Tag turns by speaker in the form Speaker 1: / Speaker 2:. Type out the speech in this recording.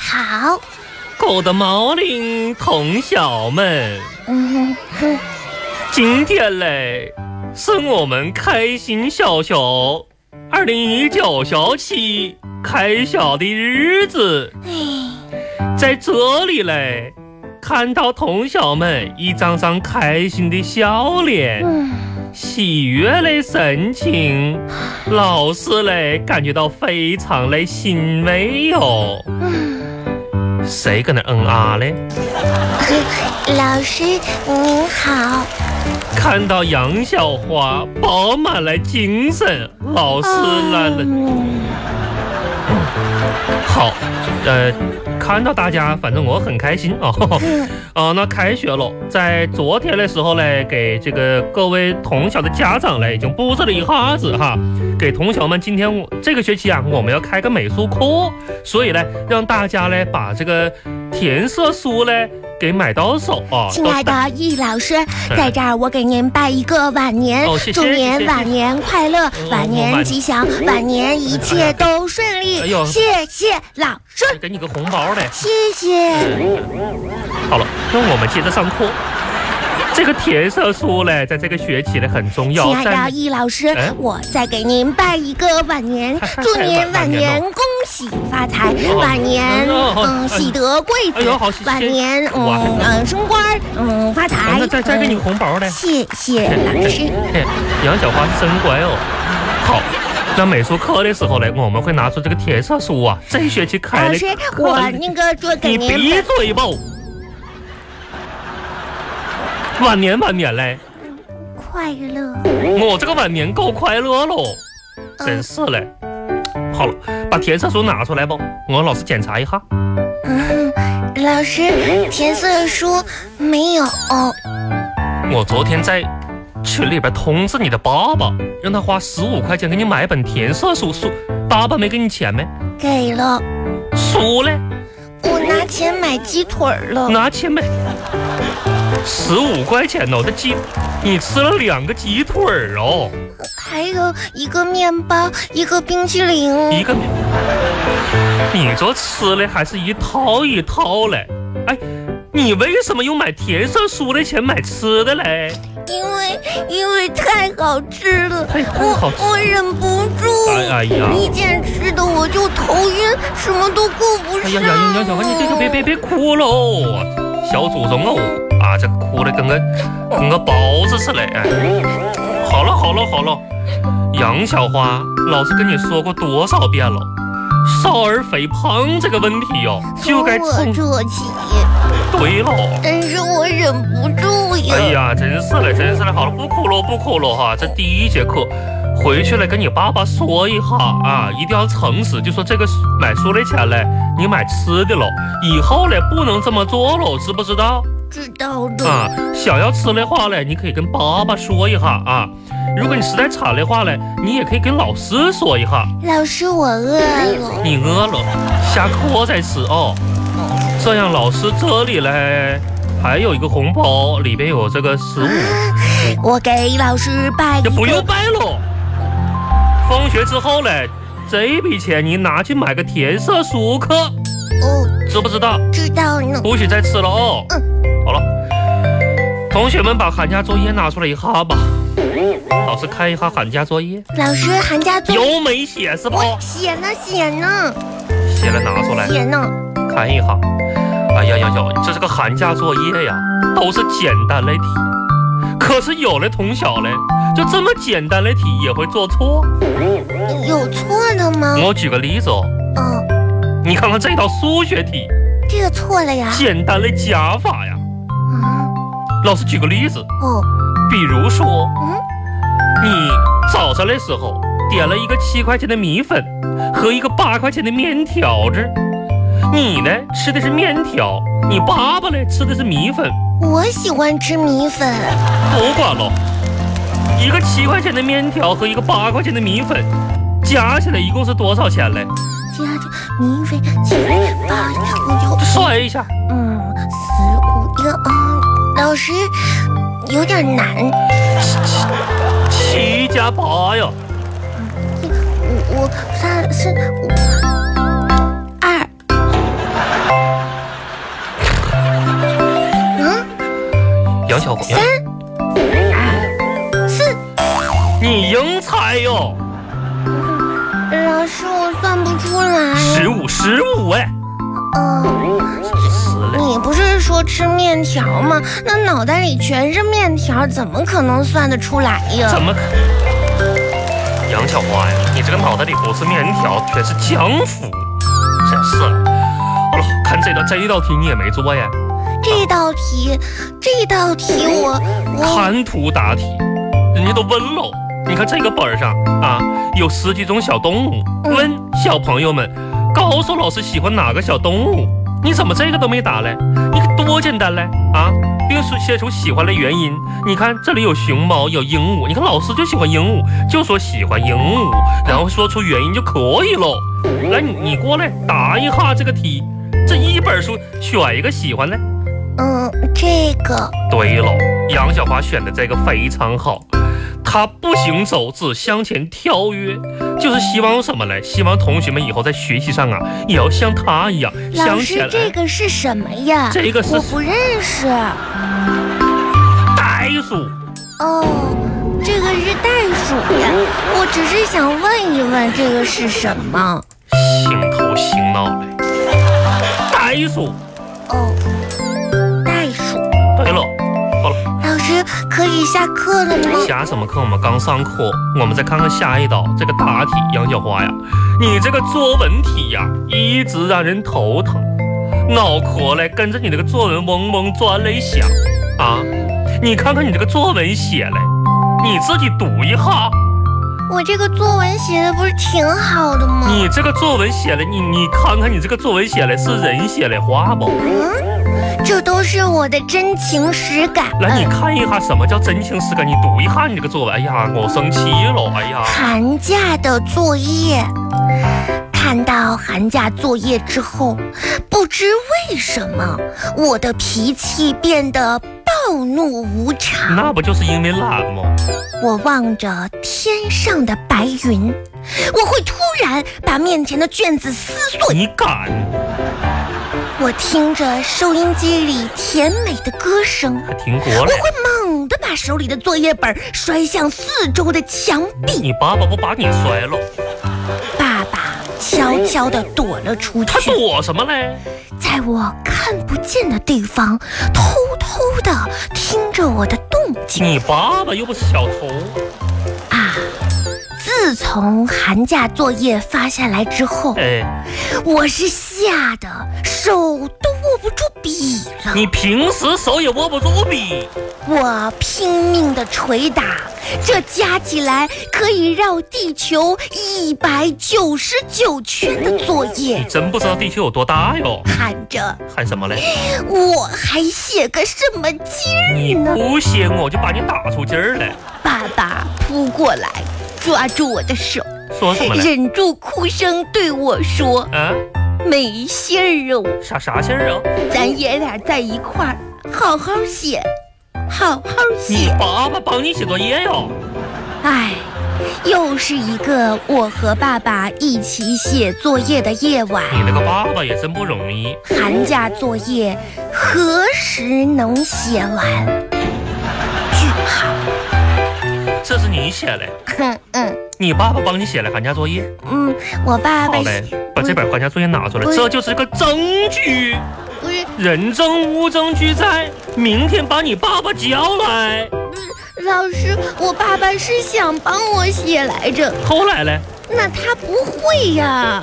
Speaker 1: 好。
Speaker 2: 狗的毛领同学们，
Speaker 1: 嗯哼，
Speaker 2: 今天嘞是我们开心小学二零一九学期开学的日子，
Speaker 1: 哎，
Speaker 2: 在这里嘞，看到同学们一张张开心的笑脸。
Speaker 1: 嗯，
Speaker 2: 喜悦嘞神情，老师嘞感觉到非常嘞欣慰哟。谁跟那嗯啊嘞？
Speaker 1: 老师您好。
Speaker 2: 看到杨小花饱满了精神，老师来了。
Speaker 1: 嗯
Speaker 2: 好，呃，看到大家，反正我很开心啊。 哦
Speaker 1: 嗯
Speaker 2: 啊，那开学了，在昨天的时候嘞，给这个各位同学的家长嘞，已经布置了一下子哈，给同学们今天我这个学期啊，我们要开个美术课，所以呢，让大家嘞把这个填色书嘞给买到手啊。
Speaker 1: 亲爱的易老师，
Speaker 2: 嗯
Speaker 1: 在这儿我给您拜一个晚年
Speaker 2: 哦谢谢，
Speaker 1: 祝
Speaker 2: 谢谢哦
Speaker 1: 您晚年快乐，晚年吉祥，晚年一切都顺利
Speaker 2: 哎呦。
Speaker 1: 谢谢老师，
Speaker 2: 都给你个红包嘞。
Speaker 1: 谢谢。
Speaker 2: 好了，那我们接着上课。这个填色书嘞，在这个学期嘞很重要。
Speaker 1: 亲爱
Speaker 2: 在
Speaker 1: 的易老师
Speaker 2: 哎，
Speaker 1: 我再给您拜一个晚 年
Speaker 2: 还，还
Speaker 1: 祝您
Speaker 2: 还晚
Speaker 1: 晚
Speaker 2: 年
Speaker 1: 年恭喜发财
Speaker 2: 哦，
Speaker 1: 晚
Speaker 2: 哎
Speaker 1: 年
Speaker 2: 呦
Speaker 1: 嗯
Speaker 2: 哎
Speaker 1: 喜得贵
Speaker 2: 哎呦
Speaker 1: 子
Speaker 2: 好谢谢，
Speaker 1: 晚年
Speaker 2: 哇
Speaker 1: 嗯嗯升官儿嗯发
Speaker 2: 啊
Speaker 1: 财。
Speaker 2: 那再再给你个
Speaker 1: 嗯
Speaker 2: 红包嘞。
Speaker 1: 谢谢老师。
Speaker 2: 嘿杨小花是真乖哦。好，那美术课的时候呢，我们会拿出这个铁色书啊。这学期开
Speaker 1: 老
Speaker 2: 了
Speaker 1: 师
Speaker 2: 课，，
Speaker 1: 我那个呃桌给
Speaker 2: 你
Speaker 1: 您
Speaker 2: 闭
Speaker 1: 拜
Speaker 2: 嘴吧。晚年晚年嘞，
Speaker 1: 快乐。
Speaker 2: 我这个晚年够快乐喽，真是嘞。好了，把填色书拿出来吧，我让老师检查一下。
Speaker 1: 嗯，老师，填色书没有。哦
Speaker 2: 我昨天在群里边通知你的爸爸，让他花十五块钱给你买一本填色书书，爸爸没给你钱没？
Speaker 1: 给了，
Speaker 2: 书嘞？
Speaker 1: 我拿钱买鸡腿儿了。
Speaker 2: 拿钱买，十五块钱呢，我的鸡，你吃了两个鸡腿儿哦，
Speaker 1: 还有一个面包，一个冰淇
Speaker 2: 一
Speaker 1: 淋。
Speaker 2: 个，你这吃的还是一套一套嘞，哎，你为什么用买填色书的钱买吃的嘞？
Speaker 1: 因为因为太好吃了，
Speaker 2: 太太哎好
Speaker 1: 我
Speaker 2: 吃
Speaker 1: 我忍不住。
Speaker 2: 哎哎呀
Speaker 1: 一见吃的我就头晕，什么都顾不
Speaker 2: 哎
Speaker 1: 上。
Speaker 2: 呀呀，杨小花，你这就别别别哭喽，小祖宗哦，啊，这哭的跟个跟个包子似的，哎，好了好了好了，杨小花，老师跟你说过多少遍了，少儿肥胖这个问题哟、就该
Speaker 1: 从我
Speaker 2: 从
Speaker 1: 做起，
Speaker 2: 对喽。
Speaker 1: 但是我忍不住呀。
Speaker 2: 哎呀，真是嘞，真是嘞，好了，不哭了，不哭了哈，这第一节课。回去了，跟你爸爸说一下啊，一定要诚实，就说这个买书的钱嘞，你买吃的了，以后嘞不能这么做了，知不知道？
Speaker 1: 知道的。
Speaker 2: 啊，想要吃的话嘞，你可以跟爸爸说一下啊。如果你实在馋的话嘞，你也可以跟老师说一下，
Speaker 1: 老师，我饿
Speaker 2: 哎
Speaker 1: 了。
Speaker 2: 你饿了，下课再吃哦。这样老师这里嘞还有一个红包，里边有这个食物。
Speaker 1: 我给老师拜一
Speaker 2: 这
Speaker 1: 个。
Speaker 2: 哎不用掰喽。放学之后嘞，这笔钱你拿去买个填色书课，
Speaker 1: 哦，
Speaker 2: 知不知道？
Speaker 1: 知道呢。
Speaker 2: 不许再吃了哦。
Speaker 1: 嗯
Speaker 2: 好了，同学们把寒假作业拿出来一下吧。老师看一下寒假作业，
Speaker 1: 老师，寒假作业
Speaker 2: 有没写是吧？
Speaker 1: 我写呢，写呢，
Speaker 2: 写了拿出来
Speaker 1: 写呢。
Speaker 2: 看一下。哎呀呀呀，这是个寒假作业呀，都是简单类题。可是有的同学嘞，就这么简单类题也会做错。
Speaker 1: 有错的吗？
Speaker 2: 我举个例子哦。
Speaker 1: 嗯，
Speaker 2: 你看看这道数学题，
Speaker 1: 这个错了呀。
Speaker 2: 简单的加法呀。
Speaker 1: 啊，
Speaker 2: 老师举个例子，
Speaker 1: 哦，
Speaker 2: 比如说，
Speaker 1: 嗯
Speaker 2: 你早上的时候点了一个七块钱的米粉和一个八块钱的面条子，你呢吃的是面条，你爸爸呢吃的是米粉。
Speaker 1: 我喜欢吃米粉。
Speaker 2: 不管了，一个七块钱的面条和一个八块钱的米粉，加起来一共是多少钱嘞？
Speaker 1: 这样就米粉七八我就
Speaker 2: 算一下，
Speaker 1: 嗯十五一个嗯，老师有点难，
Speaker 2: 七加八呀，
Speaker 1: 我我三四五二
Speaker 2: 小姑娘，
Speaker 1: 四，
Speaker 2: 你赢猜哟，
Speaker 1: 老师我算不出来。
Speaker 2: 十五十五哎，
Speaker 1: 哦，
Speaker 2: 死嘞！
Speaker 1: 你不是说吃面条吗？那脑袋里全是面条，怎么可能算得出来呀
Speaker 2: 怎？么可？杨小花呀，你这个脑袋里不是面条，全是浆糊，真是的。好了，看这道这一道题你也没做呀，
Speaker 1: 这道题，这道题我我
Speaker 2: 看图答题，人家都问喽。你看这个本儿上啊，有十几种小动物，
Speaker 1: 嗯
Speaker 2: 问小朋友们，告诉老师喜欢哪个小动物？你怎么这个都没答嘞？你看多简单嘞啊！并说写出喜欢的原因。你看这里有熊猫，有鹦鹉，你看老师就喜欢鹦鹉，就说喜欢鹦鹉，然后说出原因就可以喽。来，你你过来答一下这个题，这一本书选一个喜欢的。
Speaker 1: 嗯这个
Speaker 2: 对喽，杨小华选的这个非常好。他步行走，只向前跳跃，就是希望什么嘞？希望同学们以后在学习上啊，也要像他一样
Speaker 1: 老
Speaker 2: 想起来
Speaker 1: 师。这个是什么呀？
Speaker 2: 这个是
Speaker 1: 我不认识。
Speaker 2: 袋鼠，
Speaker 1: 哦，这个是袋鼠呀，
Speaker 2: 哦
Speaker 1: 我只是想问一问这个是什么。
Speaker 2: 行头行脑嘞。袋鼠，
Speaker 1: 哦，袋鼠。
Speaker 2: 对喽。好了，
Speaker 1: 老师可以下课了吗？
Speaker 2: 下什么课？我们刚上课，我们再看看下一道这个答题。杨小花呀，你这个作文题呀，一直让人头疼，脑壳嘞跟着你这个作文嗡嗡转嘞响啊。你看看你这个作文写嘞，你自己读一下。
Speaker 1: 我这个作文写的不是挺好的吗？
Speaker 2: 你这个作文写嘞，你你看看你这个作文写嘞是人写嘞话不？
Speaker 1: 嗯，这都是我的真情实感。呃
Speaker 2: 来，你看一下什么叫真情实感，你读一下你这个作文。哎呀，我生气了，哎呀。
Speaker 1: 寒假的作业，看到寒假作业之后，不知为什么我的脾气变得暴怒无常。
Speaker 2: 那不就是因为懒吗？
Speaker 1: 我望着天上的白云，我会突然把面前的卷子撕碎。
Speaker 2: 你敢？
Speaker 1: 我听着收音机里甜美的歌声，
Speaker 2: 还挺过来。
Speaker 1: 会猛地把手里的作业本摔向四周的墙壁。
Speaker 2: 你爸爸不把你摔了？
Speaker 1: 爸爸悄悄地躲了出
Speaker 2: 他
Speaker 1: 去，
Speaker 2: 躲什么嘞？
Speaker 1: 在我看不见的地方偷偷地听着我的动静
Speaker 2: 你爸爸又不是小偷。
Speaker 1: 啊。自从寒假作业发下来之后，
Speaker 2: 哎，
Speaker 1: 我是吓得手都握不住笔了。
Speaker 2: 你平时手也握不住笔，
Speaker 1: 我拼命的捶打，这加起来可以绕地球一百九十九圈的作
Speaker 2: 你
Speaker 1: 业。
Speaker 2: 真不知道地球有多大哟。
Speaker 1: 喊着，
Speaker 2: 喊什么嘞？
Speaker 1: 我还写个什么劲儿
Speaker 2: 你
Speaker 1: 呢？
Speaker 2: 不写我就把你打出劲儿来。
Speaker 1: 爸爸扑过来，抓住我的手，
Speaker 2: 说什么嘞？
Speaker 1: 忍住哭声对我说
Speaker 2: 啊，：“
Speaker 1: 没信儿哦，
Speaker 2: 啥啥信儿啊？
Speaker 1: 咱爷俩在一块儿，好好写，好好
Speaker 2: 你
Speaker 1: 写。”
Speaker 2: 爸爸帮你写作业哟。嗯
Speaker 1: 唉，又是一个我和爸爸一起写作业的夜晚。
Speaker 2: 你那个爸爸也真不容易。
Speaker 1: 寒假作业何时能写完？句
Speaker 2: 嗯
Speaker 1: 号。
Speaker 2: 这是你写嘞，
Speaker 1: 哼嗯
Speaker 2: 你爸爸帮你写了寒假作业。
Speaker 1: 嗯，我爸爸
Speaker 2: 好嘞，把这本寒假作业拿出来，
Speaker 1: 不是
Speaker 2: 这就是个证据。
Speaker 1: 不是
Speaker 2: 人证物证俱在，明天把你爸爸叫来。
Speaker 1: 老师，我爸爸是想帮我写来着，
Speaker 2: 后来嘞，
Speaker 1: 那他不会呀。